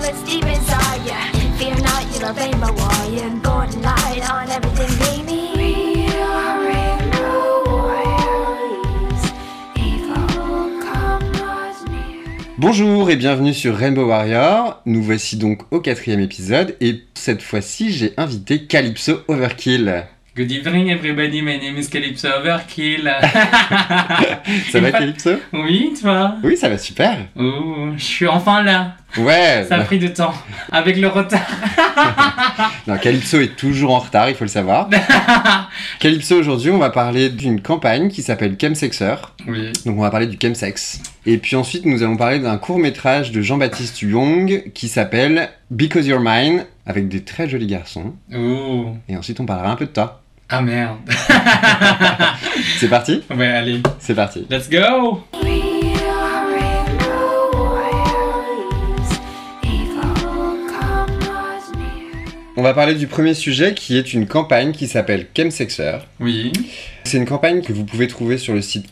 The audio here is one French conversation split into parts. that's deep inside ya. Fear not, you'll obey my warrior. Born to light on everything they need. We are rainbow warriors. Evil come not near. Bonjour et bienvenue sur Rainbow Warrior. Nous voici donc au quatrième épisode et cette fois-ci j'ai invité Calypso Overkill. Good evening everybody, my name is Calypso Overkill. Ça va Une fois- Calypso oui, toi Oui, ça va super. Oh, je suis enfin là. Ouais. Ça a pris du temps. Avec le retard. Non, Calypso est toujours en retard, il faut le savoir. Calypso aujourd'hui, on va parler d'une campagne qui s'appelle Chemsexer. Oui. Donc on va parler du chemsex. Et puis ensuite nous allons parler d'un court métrage de Jean-Baptiste Young qui s'appelle Because You're Mine avec des très jolis garçons. Oh. Et ensuite on parlera un peu de toi. Ah merde. C'est parti ouais, allez. C'est parti. Let's go. We are rainbow warriors. Evil come not near. On va parler du premier sujet qui est une campagne qui s'appelle Chemsexer. Oui. C'est une campagne que vous pouvez trouver sur le site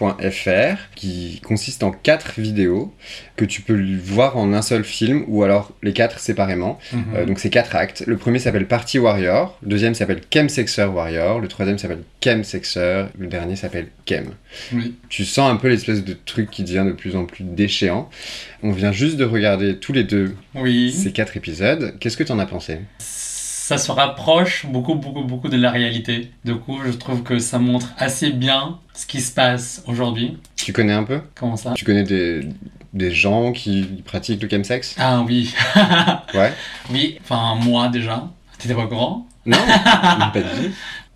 chemsex.fr qui consiste en quatre vidéos que tu peux voir en un seul film ou alors les quatre séparément. Mhm. Euh, donc c'est quatre actes. Le premier s'appelle Party Warrior, le deuxième s'appelle Chemsexer Warrior, le troisième s'appelle Chemsexer, le dernier s'appelle Chem. Oui. Tu sens un peu l'espèce de truc qui devient de plus en plus déchéant. On vient juste de regarder tous les deux Oui. ces quatre épisodes. Qu'est-ce que t'en as pensé Ça se rapproche beaucoup, beaucoup, beaucoup de la réalité. Du coup, je trouve que ça montre assez bien ce qui se passe aujourd'hui. Tu connais un peu Comment ça Tu connais des, des gens qui pratiquent le chemsex Ah oui. Ouais. Oui. Enfin, moi déjà. T'étais pas au courant Non Pas du tout.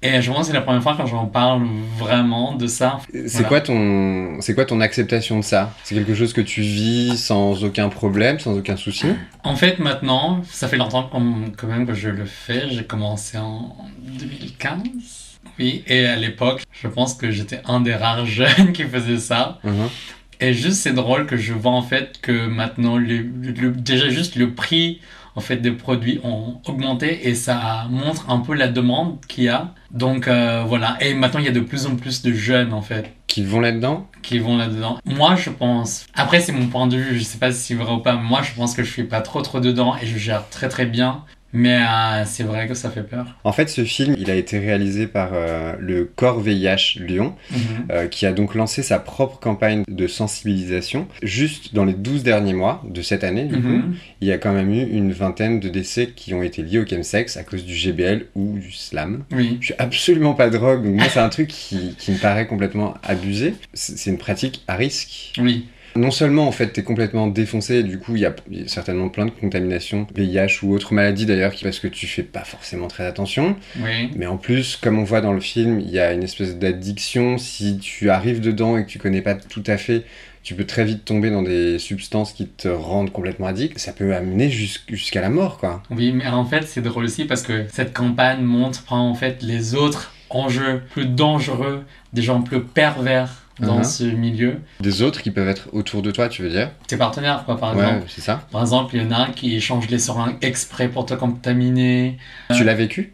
Et je pense que c'est la première fois quand j'en parle vraiment de ça. C'est Voilà. quoi ton c'est quoi ton acceptation de ça C'est quelque chose que tu vis sans aucun problème, sans aucun souci En fait, maintenant, ça fait longtemps qu'on- quand même que je le fais. J'ai commencé en 2015. Oui, et à l'époque, je pense que j'étais un des rares jeunes qui faisait ça. Mhm. Et juste, c'est drôle que je vois en fait que maintenant, le, le- déjà juste le prix en fait des produits ont augmenté et ça montre un peu la demande qu'il y a. Donc euh, voilà. Et maintenant, il y a de plus en plus de jeunes en fait. Qui vont là-dedans qui vont là-dedans. Moi, je pense. Après, c'est mon point de vue. Je sais pas si c'est vrai ou pas. mais Moi, je pense que je suis pas trop trop dedans et je gère très très bien. Mais euh, c'est vrai que ça fait peur. En fait, ce film, il a été réalisé par euh, le Corps VIH Lyon, euh, qui a donc lancé sa propre campagne de sensibilisation. Juste dans les 12 derniers mois de cette année, du coup, Mhm. il y a quand même eu une vingtaine de décès qui ont été liés au chemsex à cause du GBL ou du slam. Oui. Je suis absolument pas drogue, donc moi c'est un truc qui, qui me paraît complètement abusé. C'est c'est une pratique à risque. Oui. Non seulement en fait t'es complètement défoncé, et du coup il y, a il y a certainement plein de contaminations, VIH ou autres maladies d'ailleurs, qui- parce que tu fais pas forcément très attention. Oui. Mais en plus, comme on voit dans le film, il y a une espèce d'addiction. Si tu arrives dedans et que tu connais pas tout à fait, tu peux très vite tomber dans des substances qui te rendent complètement addict. Ça peut amener jusqu- jusqu'à la mort, quoi. Oui, mais en fait, c'est drôle aussi parce que cette campagne montre enfin, en fait les autres enjeux plus dangereux, des gens plus pervers dans Mhm. ce milieu. Des autres qui peuvent être autour de toi, tu veux dire Tes partenaires, quoi, par Ouais, exemple. c'est ça. Par exemple, il y en a qui échangent les seringues exprès pour te contaminer. Tu l'as vécu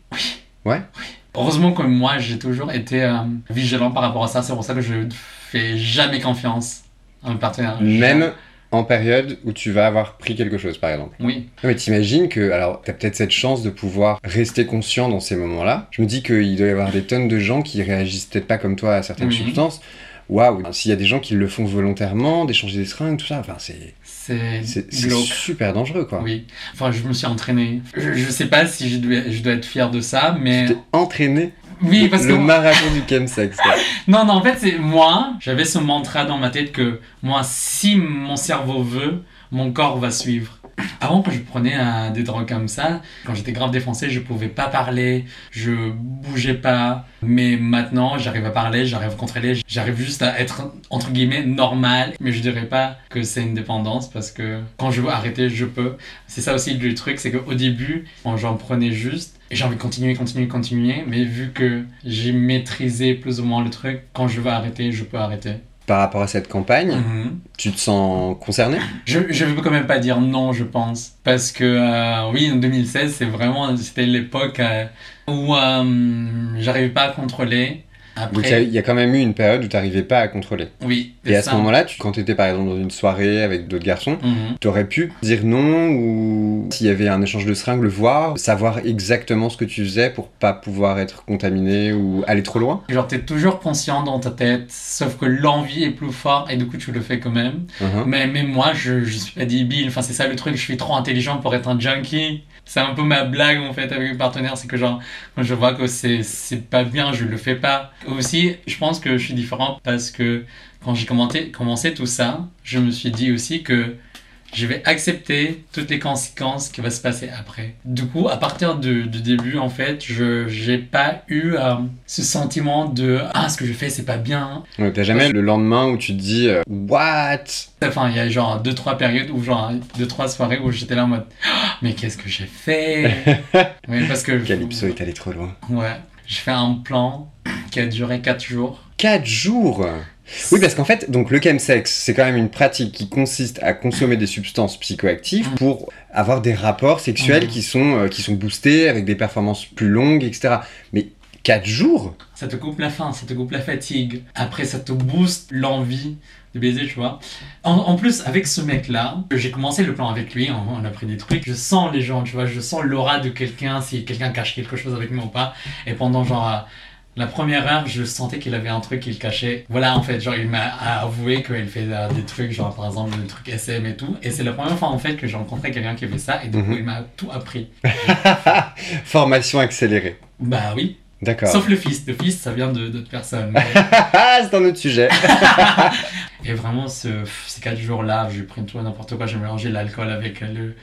Heureusement que moi, j'ai toujours été euh, vigilant par rapport à ça. C'est pour ça que je ne fais jamais confiance à un partenaire. Même en période où tu vas avoir pris quelque chose, par exemple. Oui. Non, mais t'imagines que, alors, t'as peut-être cette chance de pouvoir rester conscient dans ces moments-là. Je me dis qu'il doit y avoir des tonnes de gens qui réagissent peut-être pas comme toi à certaines Mhm. substances. Waouh, s'il y a des gens qui le font volontairement, d'échanger des seringues, tout ça, enfin, c'est C'est c'est- c'est glauque. super dangereux, quoi. Oui. Enfin, je me suis entraîné. Je, je sais pas si je dois, je dois être fier de ça, Tu mais. t'es entraîné Oui, parce que. le marathon du chemsex. quoi. Non, non, en fait, c'est moi. J'avais ce mantra dans ma tête que moi, si mon cerveau veut, mon corps va suivre. Avant, quand je prenais euh, des drogues comme ça, quand j'étais grave défoncé, je pouvais pas parler, je bougeais pas. Mais maintenant, j'arrive à parler, j'arrive à contrôler, j'arrive juste à être entre guillemets normal. Mais je dirais pas que c'est une dépendance parce que quand je veux arrêter, je peux. C'est ça aussi le truc, c'est qu'au début, bon, j'en prenais juste. Et j'ai envie de continuer, continuer, continuer. Mais vu que j'ai maîtrisé plus ou moins le truc, quand je veux arrêter, je peux arrêter. Par rapport à cette campagne, Mhm. tu te sens concerné Je ne veux quand même pas dire non, je pense. Parce que euh, oui, en 2016, c'est vraiment, c'était l'époque euh, où euh, j'arrivais pas à contrôler. Donc il y a- Après, il y, a quand même eu une période où t'arrivais pas à contrôler. oui, Et à ça. ce moment-là, tu, quand t'étais par exemple dans une soirée avec d'autres garçons, Mhm. t'aurais pu dire non ou s'il y avait un échange de seringues, le voir, savoir exactement ce que tu faisais pour pas pouvoir être contaminé ou aller trop loin. Genre, t'es toujours conscient dans ta tête, sauf que l'envie est plus forte et du coup, tu le fais quand même. Mhm. Mais, mais moi, je, je suis pas débile. Enfin, c'est ça le truc, je suis trop intelligent pour être un junkie. C'est un peu ma blague en fait avec mes partenaires, c'est que genre, quand je vois que c'est c'est pas bien, je le fais pas. Aussi, je pense que je suis différent parce que quand j'ai commenté- commencé tout ça, je me suis dit aussi que je vais accepter toutes les conséquences qui vont se passer après. Du coup, à partir de- du début, en fait, je j'ai pas eu euh, ce sentiment de Ah, ce que je fais, c'est pas bien. Ouais, T'as jamais le lendemain où tu te dis euh, What Enfin, il y a genre 2-3 périodes ou genre 2-3 soirées où j'étais là en mode Ah, Mais qu'est-ce que j'ai fait Oui, parce que. Calypso est allé trop loin. Ouais. J'ai fait un plan qui a duré 4 jours. 4 jours Oui, parce qu'en fait, donc le chemsex, c'est quand même une pratique qui consiste à consommer des substances psychoactives pour avoir des rapports sexuels Mhm. qui sont, euh, qui sont boostés avec des performances plus longues, etc. Mais 4 jours Ça te coupe la faim, ça te coupe la fatigue. Après, ça te booste l'envie de baiser, tu vois. En, en plus, avec ce mec-là, j'ai commencé le plan avec lui, on, on a pris des trucs. Je sens les gens, tu vois, je sens l'aura de quelqu'un, si quelqu'un cache quelque chose avec moi ou pas. Et pendant genre euh, la première heure, je sentais qu'il avait un truc qu'il cachait. Voilà, en fait, genre, il m'a avoué qu'il fait euh, des trucs, genre par exemple, des trucs SM et tout. Et c'est la première fois en fait que j'ai rencontré quelqu'un qui fait ça, et du coup, Mhm. il m'a tout appris. Formation accélérée. Bah oui, D'accord. sauf le fils. Le fils, ça vient de d'autres personnes. Mais- Ah, c'est un autre sujet. Et vraiment, ce, pff, ces 4 jours-là, j'ai pris tout et n'importe quoi, j'ai mélangé l'alcool avec le,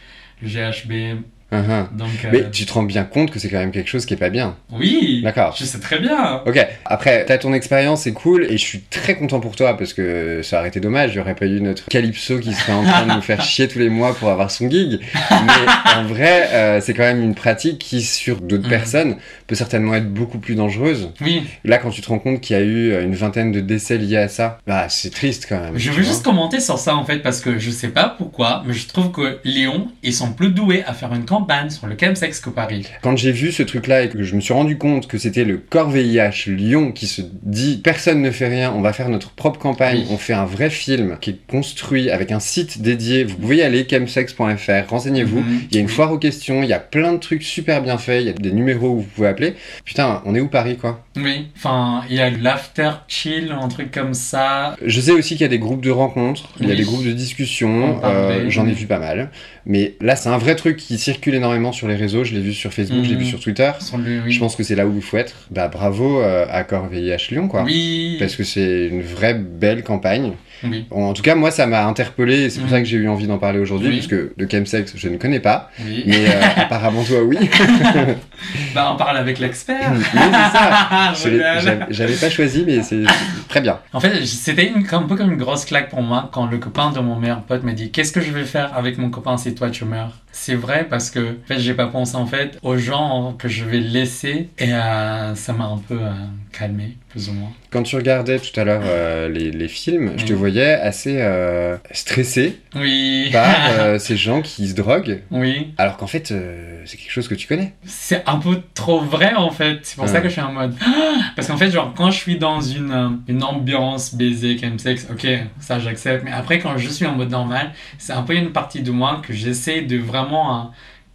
le GHB. Mhm. Donc, euh, Mais tu te rends bien compte que c'est quand même quelque chose qui est pas bien. oui, D'accord. je sais très bien. Ok, après, t'as ton expérience, c'est cool, et je suis très content pour toi, parce que ça aurait été dommage, j'aurais pas eu notre Calypso qui serait en train de nous faire chier tous les mois pour avoir son gig. Mais en vrai, euh, c'est quand même une pratique qui, sur d'autres Mhm. personnes, peut certainement être beaucoup plus dangereuse. Oui, Là, quand tu te rends compte qu'il y a eu euh, une vingtaine de décès liés à ça, bah, c'est triste quand même. je tu veux vois. juste commenter sur ça en fait, parce que je sais pas pourquoi, mais je trouve que Lyon, ils sont plus doués à faire une campagne sur le chemsex que Paris. Quand j'ai vu ce truc-là et que je me suis rendu compte que c'était le corps VIH Lyon qui se dit personne ne fait rien, on va faire notre propre campagne, Oui. on fait un vrai film qui est construit avec un site dédié, vous pouvez y aller, chemsex.fr, renseignez-vous. Mhm. Il y a une foire aux questions, il y a plein de trucs super bien faits, il y a des numéros où vous pouvez appeler. Putain, on est où Paris quoi Oui, enfin, il y a l'after chill, un truc comme ça. Je sais aussi qu'il y a des groupes de rencontres, il y a Oui. des groupes de On discussion, parlait, euh, j'en ai oui. vu pas mal. Mais là, c'est un vrai truc qui circule énormément sur les réseaux, je l'ai vu sur Facebook, je l'ai vu Mhm. sur Twitter. Sur le, oui. Je pense que c'est là où il faut être. Bah bravo euh, à Corps VIH Lyon quoi. oui. Parce que c'est une vraie belle campagne. oui, En tout cas, moi, ça m'a interpellé et c'est pour Mhm. ça que j'ai eu envie d'en parler aujourd'hui, Oui. parce que le chemsex, je ne connais pas, oui. mais euh, apparemment toi, oui. Bah, on parle avec l'expert. Oui, c'est ça. Ah, Je l'ai- Regarde. j'avais- J'avais pas choisi, mais c'est très bien. En fait, c'était une- un peu comme une grosse claque pour moi quand le copain de mon meilleur pote m'a dit Qu'est-ce que je vais faire avec mon copain si toi tu meurs C'est vrai parce que en fait, j'ai pas pensé en fait aux gens que je vais laisser et euh, ça m'a un peu euh, calmé, plus ou moins. Quand tu regardais tout à l'heure euh, les, les films, je te Mhm. voyais assez euh, stressé Oui, par euh, ces gens qui se droguent, oui. alors qu'en fait, euh, c'est quelque chose que tu connais. C'est un peu trop vrai en fait. C'est pour ça Ouais. que je suis en mode. Ah Parce qu'en fait, genre, quand je suis dans une, euh, une ambiance baiser, sexe, ok, ça j'accepte. Mais après, quand je suis en mode normal, c'est un peu une partie de moi que j'essaie de vraiment euh,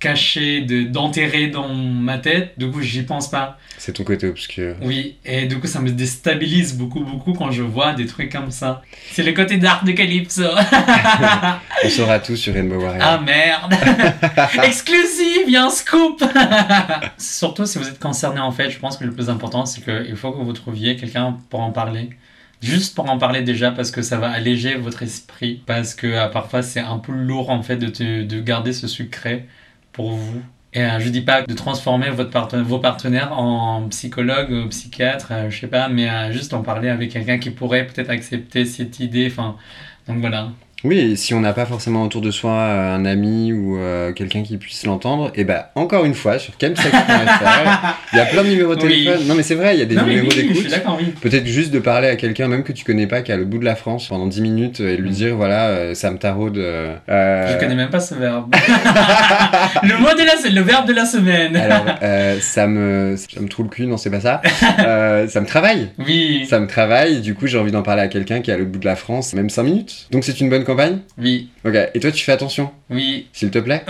cacher, de- d'enterrer dans ma tête. Du coup, j'y pense pas. C'est ton côté obscur. Oui, et du coup, ça me déstabilise beaucoup, beaucoup quand je vois des trucs comme ça. C'est le côté d'art de Calypso. On saura tout sur Rainbow Warrior. Ah merde Exclusive, il y a un scoop Surtout si vous êtes concerné en fait, je pense que le plus important c'est qu'il faut que vous trouviez quelqu'un pour en parler. Juste pour en parler déjà parce que ça va alléger votre esprit. Parce que euh, parfois c'est un peu lourd en fait de, te- de garder ce secret pour vous. Et euh, je dis pas de transformer votre partena- vos partenaires en psychologue, ou psychiatre, euh, je sais pas, mais euh, juste en parler avec quelqu'un qui pourrait peut-être accepter cette idée. Enfin, donc voilà. Oui, et si on n'a pas forcément autour de soi euh, un ami ou euh, quelqu'un qui puisse l'entendre, et ben encore une fois, sur chemsex.fr, il y a plein de numéros de Oui. téléphone. Non, mais c'est vrai, il y a des non, mais numéros oui, je suis d'écoute. d'accord, oui. Peut-être juste de parler à quelqu'un, même que tu connais pas, qui est à l'autre bout de la France pendant 10 minutes et lui dire voilà, euh, ça me taraude. euh, euh, Mm. Je connais même pas ce verbe. le mot de la c'est le verbe de la semaine. Alors, euh, ça me, ça me trouve le cul, non, c'est pas ça. Euh, ça me travaille. oui, Ça me travaille, du coup j'ai envie d'en parler à quelqu'un qui est à l'autre bout de la France, même 5 minutes. Donc c'est une bonne campagne oui, Ok, et toi tu fais attention, oui. s'il te plaît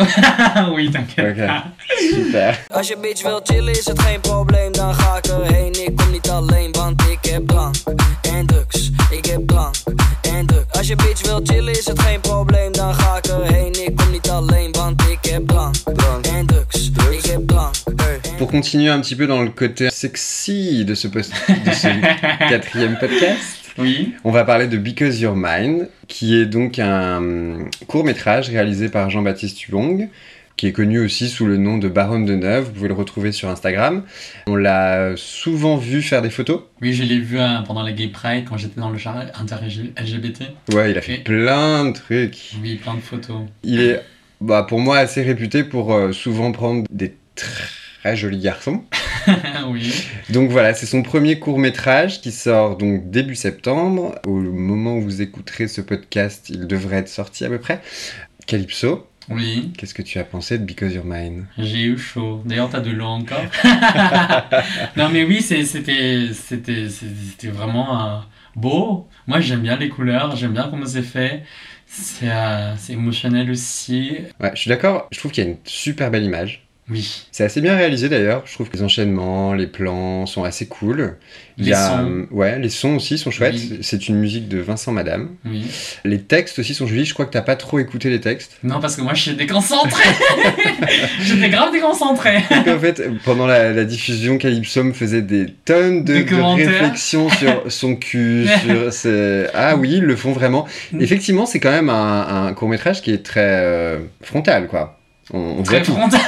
oui, t'inquiète. Ok, super. Als je bitch wil chillen is het geen probleem, dan ga ik erheen. Ik kom niet alleen, want ik heb drank en drugs. Ik heb drank en drugs. Als je bitch wil chillen is het geen probleem, dan ga ik erheen. Ik kom niet alleen, want ik heb drank, en drugs. Ik heb drank. en- Pour continuer un petit peu dans le côté sexy de ce, post- de ce quatrième podcast, Oui, on va parler de Because You're Mine, qui est donc un court métrage réalisé par Jean-Baptiste Hubong, qui est connu aussi sous le nom de Baronne de Neuve, vous pouvez le retrouver sur Instagram. On l'a souvent vu faire des photos. oui, je l'ai vu euh, pendant la Gay Pride quand j'étais dans le char inter-LGBT. Ouais, il a fait Oui. plein de trucs. Oui, plein de photos. Il est, bah, pour moi, assez réputé pour euh, souvent prendre des très jolis garçons. oui, Donc voilà, c'est son premier court métrage qui sort donc début septembre. Au moment où vous écouterez ce podcast, il devrait être sorti à peu près. Calypso, oui. qu'est-ce que tu as pensé de Because You're Mine J'ai eu chaud. D'ailleurs, t'as de l'eau encore. non, mais oui, c'est- c'était c'était- c'était vraiment euh, beau. Moi, j'aime bien les couleurs, j'aime bien comment c'est fait. C'est euh, c'est émotionnel aussi. Ouais, je suis d'accord, je trouve qu'il y a une super belle image. Oui, C'est assez bien réalisé d'ailleurs, je trouve que les enchaînements, les plans sont assez cool. Il Les y a, sons. euh, Ouais, les sons aussi sont chouettes. Oui. C'est une musique de Vincent Madame. oui. Les textes aussi sont jolis, je crois que t'as pas trop écouté les textes. Non, parce que moi, je suis déconcentré. J'étais grave déconcentré. Parce qu'en fait, pendant la, la diffusion, Calypso me faisait des tonnes de, Des de commentaires. réflexions sur son cul, sur ses- Ah oui, ils le font vraiment. Mm. Effectivement, c'est quand même un, court-métrage qui est très euh, frontal, quoi. On, on Très voit tout. frontal.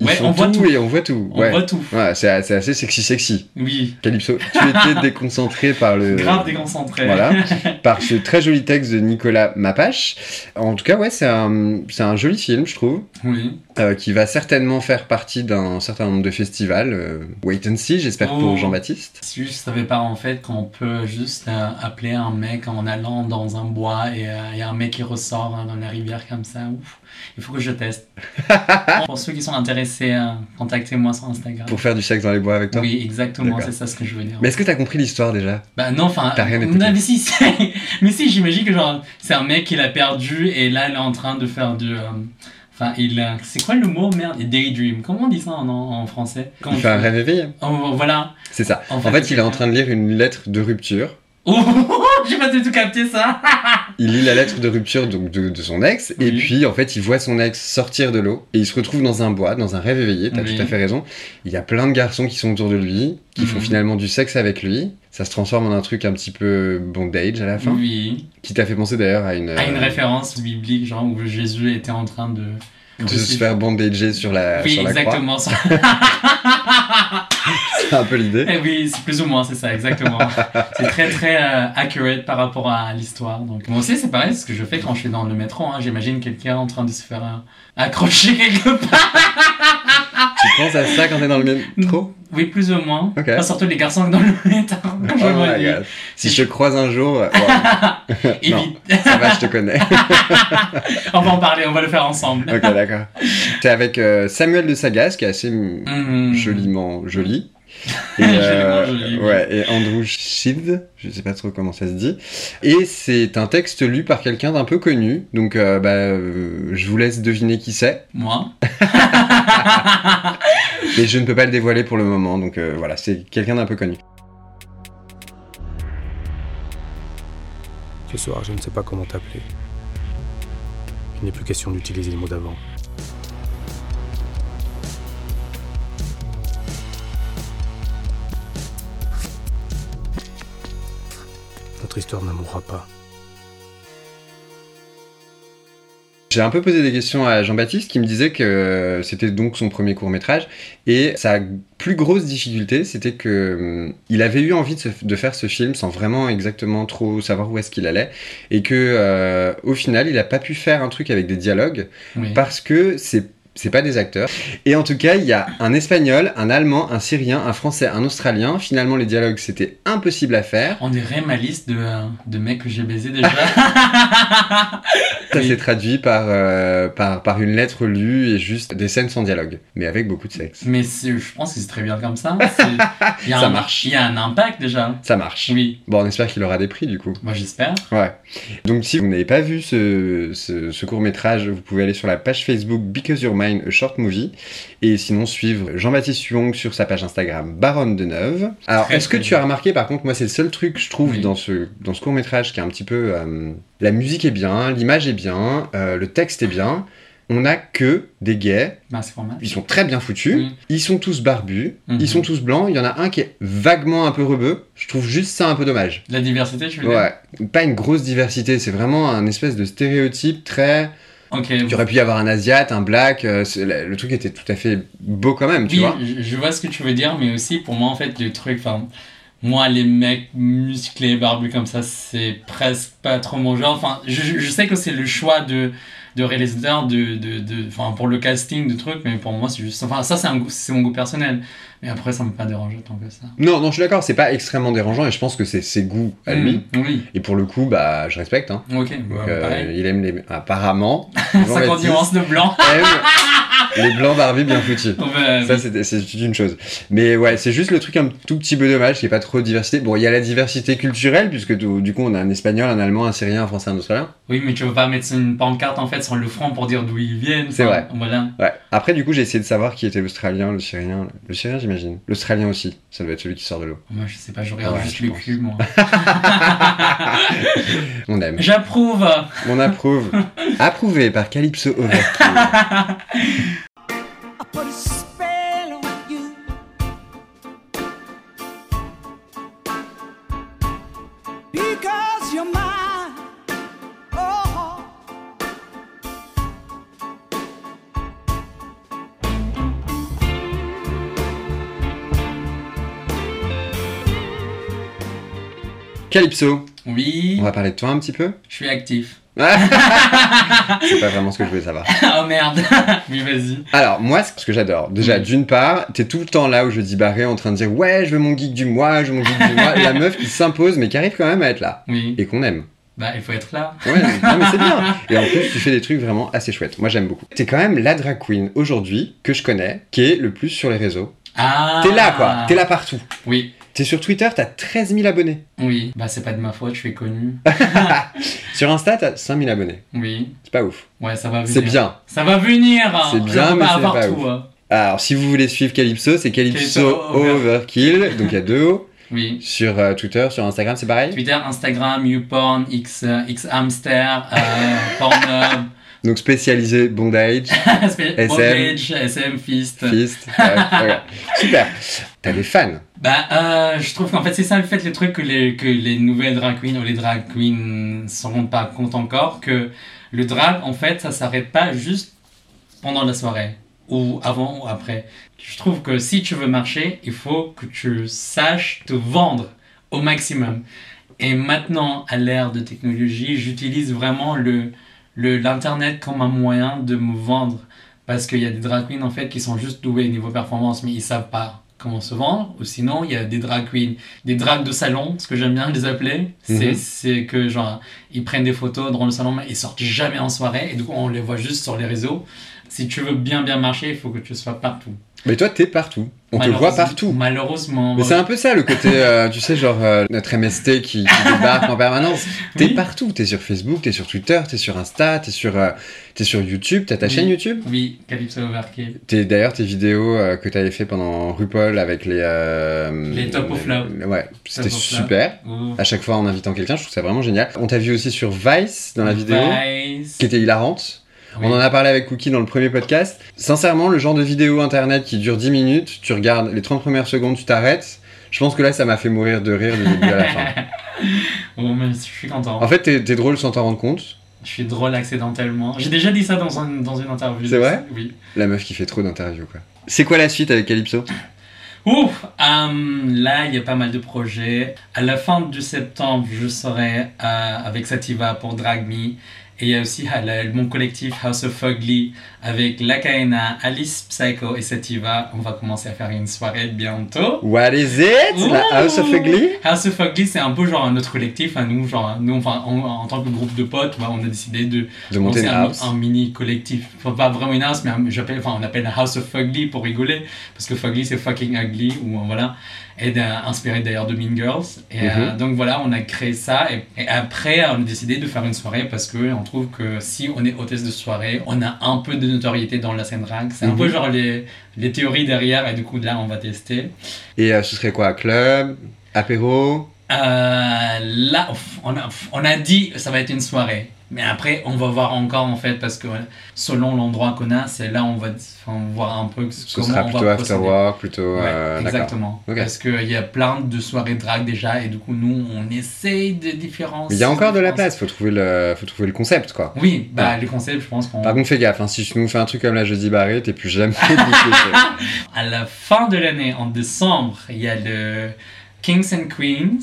Ils Ouais, font on voit tout. et on voit tout. On ouais. voit tout. Ouais, c'est c'est assez sexy, sexy. Oui, Calypso, tu étais déconcentré par le... grave déconcentré. Euh, Voilà, par ce très joli texte de Nicolas Mapache. En tout cas, ouais, c'est un, c'est un joli film, je trouve. Oui. euh, qui va certainement faire partie d'un certain nombre de festivals. euh, wait and see, j'espère Oh. pour Jean-Baptiste. Si je savais pas en fait qu'on peut juste euh, appeler un mec en allant dans un bois et euh, il y a un mec qui ressort hein, dans la rivière comme ça, ouf, il faut que je teste. Pour ceux qui sont intéressés, euh, contactez-moi sur Instagram. Pour faire du sexe dans les bois avec toi. Oui, exactement, D'accord. c'est ça ce que je veux dire. Mais est-ce que t'as compris l'histoire déjà Bah non, enfin, T'as rien non, écouté. mais si, c'est- mais si, j'imagine que genre c'est un mec qui l'a perdu et là il est en train de faire du, euh, enfin il, euh, c'est quoi le mot merde, daydream, comment on dit ça en, en français Quand Il fait un rêve éveillé. Oh, voilà. C'est ça. En fait, il est en train de lire une lettre de rupture. Oh, j'ai pas du tout capté ça. Il lit la lettre de rupture donc de, de son ex, et Oui. puis en fait, il voit son ex sortir de l'eau, et il se retrouve dans un bois, dans un rêve éveillé. T'as Oui. tout à fait raison. Il y a plein de garçons qui sont autour de lui, qui font Mhm. finalement du sexe avec lui. Ça se transforme en un truc un petit peu bondage à la fin, Oui. qui t'a fait penser d'ailleurs à une, À une euh, référence biblique, genre où Jésus était en train de. de se faire bandager sur la, Oui, sur la croix. exactement. ça. C'est un peu l'idée. Eh oui, c'est plus ou moins, c'est ça, exactement. c'est très très euh, accurate par rapport à l'histoire. Donc moi aussi, c'est pareil, c'est ce que je fais quand je suis dans le métro. hein. J'imagine quelqu'un en train de se faire euh, accrocher quelque part. Tu penses à ça quand t'es dans le métro Oui, plus ou moins. Ok. Enfin, surtout les garçons dans le métro. Quand je Oh me my dis, God. Si je te croise un jour, euh, non. évite. ça va, je te connais. on va en parler, on va le faire ensemble. ok, d'accord. C'est avec euh, Samuel de Sagas, qui est assez mm, Hmm. joliment joli. euh, Joliment joli, oui. ouais, et Andrew Shield, je sais pas trop comment ça se dit. Et c'est un texte lu par quelqu'un d'un peu connu, donc euh, bah, euh, je vous laisse deviner qui c'est, Moi mais je ne peux pas le dévoiler pour le moment, donc euh, voilà, c'est quelqu'un d'un peu connu. Ce soir, je ne sais pas comment t'appeler. Il n'est plus question d'utiliser les mots d'avant. Notre histoire ne mourra pas. J'ai un peu posé des questions à Jean-Baptiste qui me disait que c'était donc son premier court métrage et ça a plus grosse difficulté, c'était que hum, il avait eu envie de, se- de faire ce film sans vraiment exactement trop savoir où est-ce qu'il allait, et que euh, au final, il n'a pas pu faire un truc avec des dialogues Oui. parce que c'est c'est pas des acteurs. Et en tout cas, il y a un espagnol, un allemand, un syrien, un français, un australien. Finalement, les dialogues, c'était impossible à faire. On dirait ma liste de, euh, de mecs que j'ai baisé déjà. Ça Oui. s'est traduit par, euh, par, par une lettre lue et juste des scènes sans dialogue, mais avec beaucoup de sexe. Mais c'est- je pense que c'est très bien comme ça. C'est- il y a Ça un- marche. Il y a un impact déjà. Ça marche. Oui, Bon, on espère qu'il aura des prix du coup. moi j'espère. Ouais. Donc si vous n'avez pas vu ce, ce, court métrage, vous pouvez aller sur la page Facebook Because You're Mine, a short movie, et sinon suivre Jean-Baptiste Huong sur sa page Instagram Baronne de Neuve. Alors Très, est-ce que très tu bien. as remarqué par contre, moi c'est le seul truc je trouve Oui. dans ce dans ce court métrage qui est un petit peu euh, la musique est bien, l'image est bien, euh, le texte est bien. On n'a que des gays, Merci pour moi. ils sont très bien foutus, Mm. ils sont tous barbus, Mhm. ils sont tous blancs, il y en a un qui est vaguement un peu rebeu, je trouve juste ça un peu dommage. La diversité, tu veux dire Ouais, pas une grosse diversité, c'est vraiment un espèce de stéréotype très. Ok. Il y aurait pu y avoir un asiate, un black, euh, c'est- le le truc était tout à fait beau quand même, tu Oui, vois. je, je vois ce que tu veux dire, mais aussi pour moi, en fait, le truc, enfin, moi, les mecs musclés, barbus comme ça, c'est presque pas trop mon genre. Enfin, je, je- je sais que c'est le choix de, de réalisateur, de, de, de- enfin, pour le casting, de trucs, mais pour moi, c'est juste. Enfin, ça, c'est un goût- c'est mon goût personnel. Mais après, ça me fait pas déranger tant que ça. Non, non, je suis d'accord, c'est pas extrêmement dérangeant et je pense que c'est ses goûts à Ah, lui. Mm, Oui, Et pour le coup, bah, je respecte, hein. ok. Donc, bah, euh, pareil. il aime les. Apparemment, Ça Jean-Baptiste nuances de blanc. aime les blancs barbus bien foutus. Bah, Ça, c'est c'est une chose. Mais ouais, c'est juste le truc un tout petit peu dommage, qu'il n'y ait pas trop de diversité. Bon, il y a la diversité culturelle, puisque du du coup, on a un espagnol, un allemand, un syrien, un français, un australien. oui, mais tu veux pas mettre une pancarte en fait sur le front pour dire d'où ils viennent. C'est enfin, vrai. Voilà. Ouais. Après, du coup, j'ai essayé de savoir qui était l'Australien, le Syrien. Le Syrien, j'imagine. L'Australien aussi. Ça doit être celui qui sort de l'eau. Moi, je sais pas, je regarde Ouais, juste je le pense. cul, moi. On aime. J'approuve. On approuve. Approuvé par Calypso Overkill. I put a spell on you. Because you're mine. Oh. Calypso, Oui, on va parler de toi un petit peu je suis actif. C'est pas vraiment ce que je voulais savoir. oh merde. oui, vas-y. Alors, moi, ce que j'adore, déjà, Oui. d'une part, t'es tout le temps là où je dis barré en train de dire Ouais, je veux mon geek du mois, je veux mon geek du mois. La meuf qui s'impose, mais qui arrive quand même à être là. Oui. Et qu'on aime. Bah, il faut être là. Ouais, non, mais c'est bien. Et en plus, tu fais des trucs vraiment assez chouettes. Moi, j'aime beaucoup. T'es quand même la drag queen aujourd'hui que je connais, qui est le plus sur les réseaux. Ah. T'es là, quoi. T'es là partout. Oui. T'es sur Twitter, t'as 13 000 abonnés. Oui. Bah, c'est pas de ma faute, je suis connu. Sur Insta, t'as 5 000 abonnés. Oui. C'est pas ouf. Ouais, ça va venir. C'est bien. Ça va venir. hein. C'est Je bien, peux mais pas c'est avoir pas tout. ouf. hein. Alors, si vous voulez suivre Calypso, c'est Calypso Calypso Overkill. Donc, il y a deux O. Oui. Sur euh, Twitter, sur Instagram, c'est pareil. Twitter, Instagram, YouPorn, X, euh, X Hamster, euh, Pornhub, Donc, spécialisé bondage, SM, Bondage, SM Fist. fist. ouais, ouais. Super. T'as des fans. Bah, euh, je trouve qu'en fait, c'est ça le fait, les trucs que les, que les nouvelles drag queens ou les drag queens ne s'en rendent pas compte encore, que le drag, en fait, ça s'arrête pas juste pendant la soirée, ou avant ou après. Je trouve que si tu veux marcher, il faut que tu saches te vendre au maximum. Et maintenant, à l'ère de technologie, j'utilise vraiment le le- l'internet comme un moyen de me vendre. Parce qu'il y a des drag queens en fait qui sont juste doués niveau performance, mais ils savent pas comment se vendre. Ou sinon, il y a des drag queens, des drags de salon, ce que j'aime bien les appeler. C'est Mhm. c'est que genre, ils prennent des photos dans le salon, mais ils sortent jamais en soirée. Et du coup, on les voit juste sur les réseaux. Si tu veux bien bien marcher, il faut que tu sois partout. Mais toi, t'es partout. On te voit Malheureusement- partout. Malheureusement. Mais c'est un peu ça le côté, euh, tu sais, genre euh, notre MST qui, qui débarque en permanence. T'es Oui. partout, t'es sur Facebook, t'es sur Twitter, t'es sur Insta, t'es sur, euh, t'es sur YouTube, t'as ta Oui. chaîne YouTube. Oui, Calypso Overkill. T'es d'ailleurs tes vidéos euh, que t'avais fait pendant RuPaul avec les. euh, Les top ou flop. Ouais, c'était Top ou flop. super. Ou- À chaque fois en invitant quelqu'un, je trouve ça vraiment génial. On t'a vu aussi sur Vice dans la vidéo, Vice. qui était hilarante. Oui. On en a parlé avec Cookie dans le premier podcast. Sincèrement, le genre de vidéo internet qui dure 10 minutes, tu regardes les 30 premières secondes, tu t'arrêtes. Je pense que là, ça m'a fait mourir de rire du début à la fin. Bon, Oh, mais je suis content. En fait, t'es t'es drôle sans t'en rendre compte. Je suis drôle accidentellement. J'ai déjà dit ça dans, un- dans une interview. C'est vrai Oui. La meuf qui fait trop d'interviews, quoi. C'est quoi la suite avec Calypso Ouf hum, Là, il y a pas mal de projets. À la fin du septembre, je serai euh, avec Sativa pour Drag Me. Et il y a aussi euh, le- mon collectif House of Ugly avec Lakaena, Alice Psycho et Sativa. On va commencer à faire une soirée bientôt. What is it? La House of Ouh. Ugly? House of Ugly, c'est un peu genre notre collectif. hein, nous, genre, nous enfin, en, en tant que groupe de potes, bah, on a décidé de De monter lancer une un, house. un mini collectif. Enfin, pas vraiment une house, mais un- j'appelle, enfin, on appelle House of Ugly pour rigoler. Parce que Fugly, c'est fucking ugly. Ou euh, voilà. Et d'un- inspiré d'ailleurs de Mean Girls. Et euh, Mm-hmm. donc voilà, on a créé ça. Et, et après, on a décidé de faire une soirée parce que on trouve que si on est hôtesse de soirée, on a un peu de notoriété dans la scène drag. C'est un Mhm. peu genre les, les théories derrière. Et du coup, là, on va tester. Et euh, ce serait quoi? Club? Apéro? Euh, là, on a, on a dit ça va être une soirée. Mais après, on va voir encore en fait, parce que selon l'endroit qu'on a, c'est là on va enfin, voir un peu Ce comment sera on plutôt va after procéder. work, plutôt. Ouais, euh, d'accord. exactement. Ok. Parce qu'il y a plein de soirées drag déjà, et du coup, nous, on essaye de différencier. Mais il y a encore de la Ah. place, différencier. faut trouver le, faut trouver le concept quoi. Oui, bah, le concept, je pense qu'on. Par contre, fais gaffe, hein, si tu nous fais un truc comme la jeudi barré, t'es plus jamais invité. À la fin de l'année, en décembre, il y a le Kings and Queens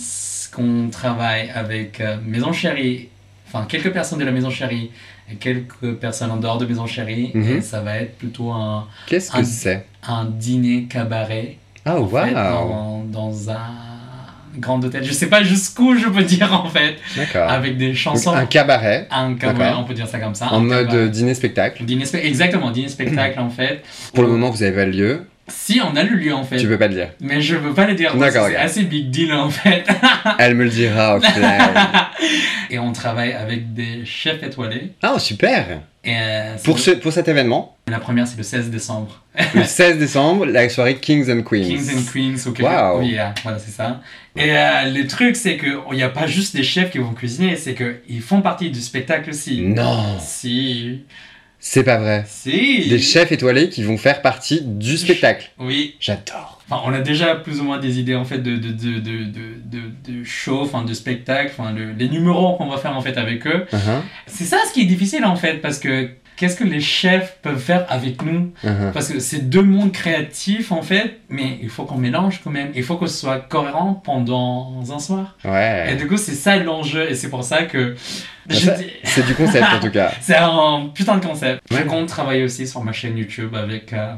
qu'on travaille avec euh, Maison Chérie, enfin quelques personnes de la Maison Chérie et quelques personnes en dehors de Maison Chérie. Mhm. Et ça va être plutôt un, Qu'est-ce que Un- c'est un dîner cabaret Ah, Ah, en fait, waouh dans, dans un grand hôtel. Je sais pas jusqu'où je peux dire en fait, D'accord. avec des Ah. Donc, chansons. un cabaret un cabaret, D'accord. on peut dire ça comme ça. en Ah, un mode euh, cabaret. dîner-spectacle. Dîner spe- exactement, dîner spectacle en fait. Pour le moment, vous avez pas le lieu, Si on a le lieu en fait. tu peux pas le dire. Mais je veux pas le dire parce que D'accord, c'est ok. assez big deal en fait. Elle me le dira, ok. Et on travaille avec des chefs étoilés. Ah, super Et euh, c'est pour, le- ce, pour cet événement, La première c'est le 16 décembre. le 16 décembre, la soirée Kings and Queens. Kings and Queens au Wow. Oui, euh, voilà c'est ça. Et euh, le truc c'est que il n'y a pas juste des chefs qui vont cuisiner, c'est que ils font partie du spectacle aussi. Non Si, C'est pas vrai. si. Des chefs étoilés qui vont faire partie du spectacle. Oui. J'adore. Enfin, on a déjà plus ou moins des idées en fait de de de de de, de, de show, enfin de spectacle, enfin le- les numéros qu'on va faire en fait avec eux. Uh-huh, C'est ça ce qui est difficile en fait, parce que qu'est-ce que les chefs peuvent faire avec nous uh-huh. Parce que c'est deux mondes créatifs en fait, mais il faut qu'on mélange quand même. Il faut qu'on soit cohérent pendant un soir. Et Ouais. du coup, c'est ça l'enjeu, et c'est pour ça que. Bah, je ça- dis- C'est du concept en tout cas. C'est un putain de concept. Je Ouais. compte travailler aussi sur ma chaîne YouTube avec euh,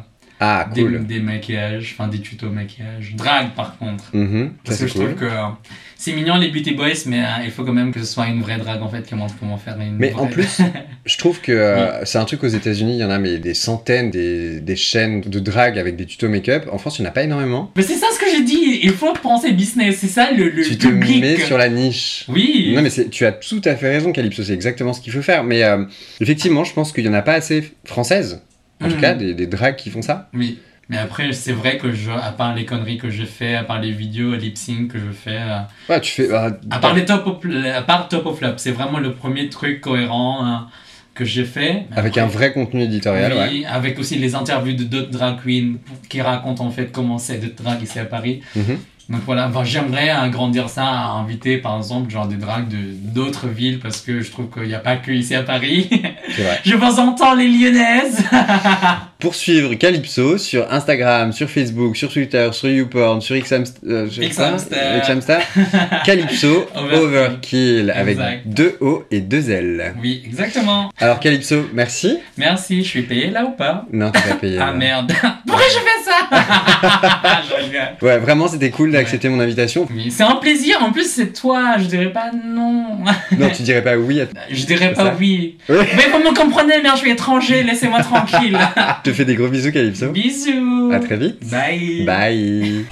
Ah, des, cool. des maquillages, enfin des tutos maquillage. Drague par contre. Mhm, Ça Parce que c'est je cool. trouve que euh, c'est mignon les beauty boys, mais euh, il faut quand même que ce soit une vraie drague en fait qui montre comment faire une. Mais en vraie- plus, je trouve que euh, c'est un truc aux États-Unis, il y en a mais des centaines des, des chaînes de drague avec des tutos make-up. En France, il n'y en a pas énormément. Mais c'est ça ce que j'ai dit, il faut penser business, c'est ça le, le tu te public. mets sur la niche. Oui, Non mais c'est- tu as tout à fait raison, Calypso, c'est exactement ce qu'il faut faire. Mais euh, effectivement, je pense qu'il n'y en a pas assez françaises, en tout Mhm. cas, des, des dragues qui font ça. oui. Mais après, c'est vrai que je, à part les conneries que je fais, à part les vidéos lip sync que je fais, euh, Ouais, tu fais... bah, à part les top of- euh, à part top of flop, c'est vraiment le premier truc cohérent hein, que j'ai fait. Mais Avec après, un vrai contenu éditorial, ouais. oui, avec aussi les interviews de d'autres drag queens qui racontent en fait comment c'est d'être drag ici à Paris. Mhm. Donc voilà, enfin, j'aimerais agrandir ça, à inviter par exemple genre des drags de d'autres villes parce que je trouve qu'il n'y a pas que ici à Paris. C'est vrai. Je vous entends les lyonnaises Poursuivre Calypso sur Instagram, sur Facebook, sur Twitter, sur YouPorn, sur Xamster. euh, sur Xhamster. quoi Xhamster. Calypso Overkill. Overkill avec Exact. deux O et deux L. Oui, exactement. Alors Calypso, merci. Merci, je suis payé là ou pas Non, t'es pas payé. euh. Ah non. merde Pourquoi je fais ça Je rigole. Ouais, vraiment, c'était cool d'accepter mon invitation. Oui, c'est un plaisir, en plus c'est toi, je dirais pas non. Non, tu dirais pas oui. à- Je dirais C'est pas ça. oui. Oui. Mais vous me comprenez, merde, je suis étranger, laissez-moi tranquille. Je te fais des gros bisous, Calypso. Bisous. À très vite. Bye. Bye.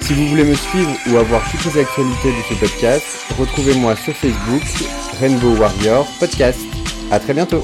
Si vous voulez me suivre ou avoir toutes les actualités de ce podcast, retrouvez-moi sur Facebook, Rainbow Warrior Podcast. À très bientôt.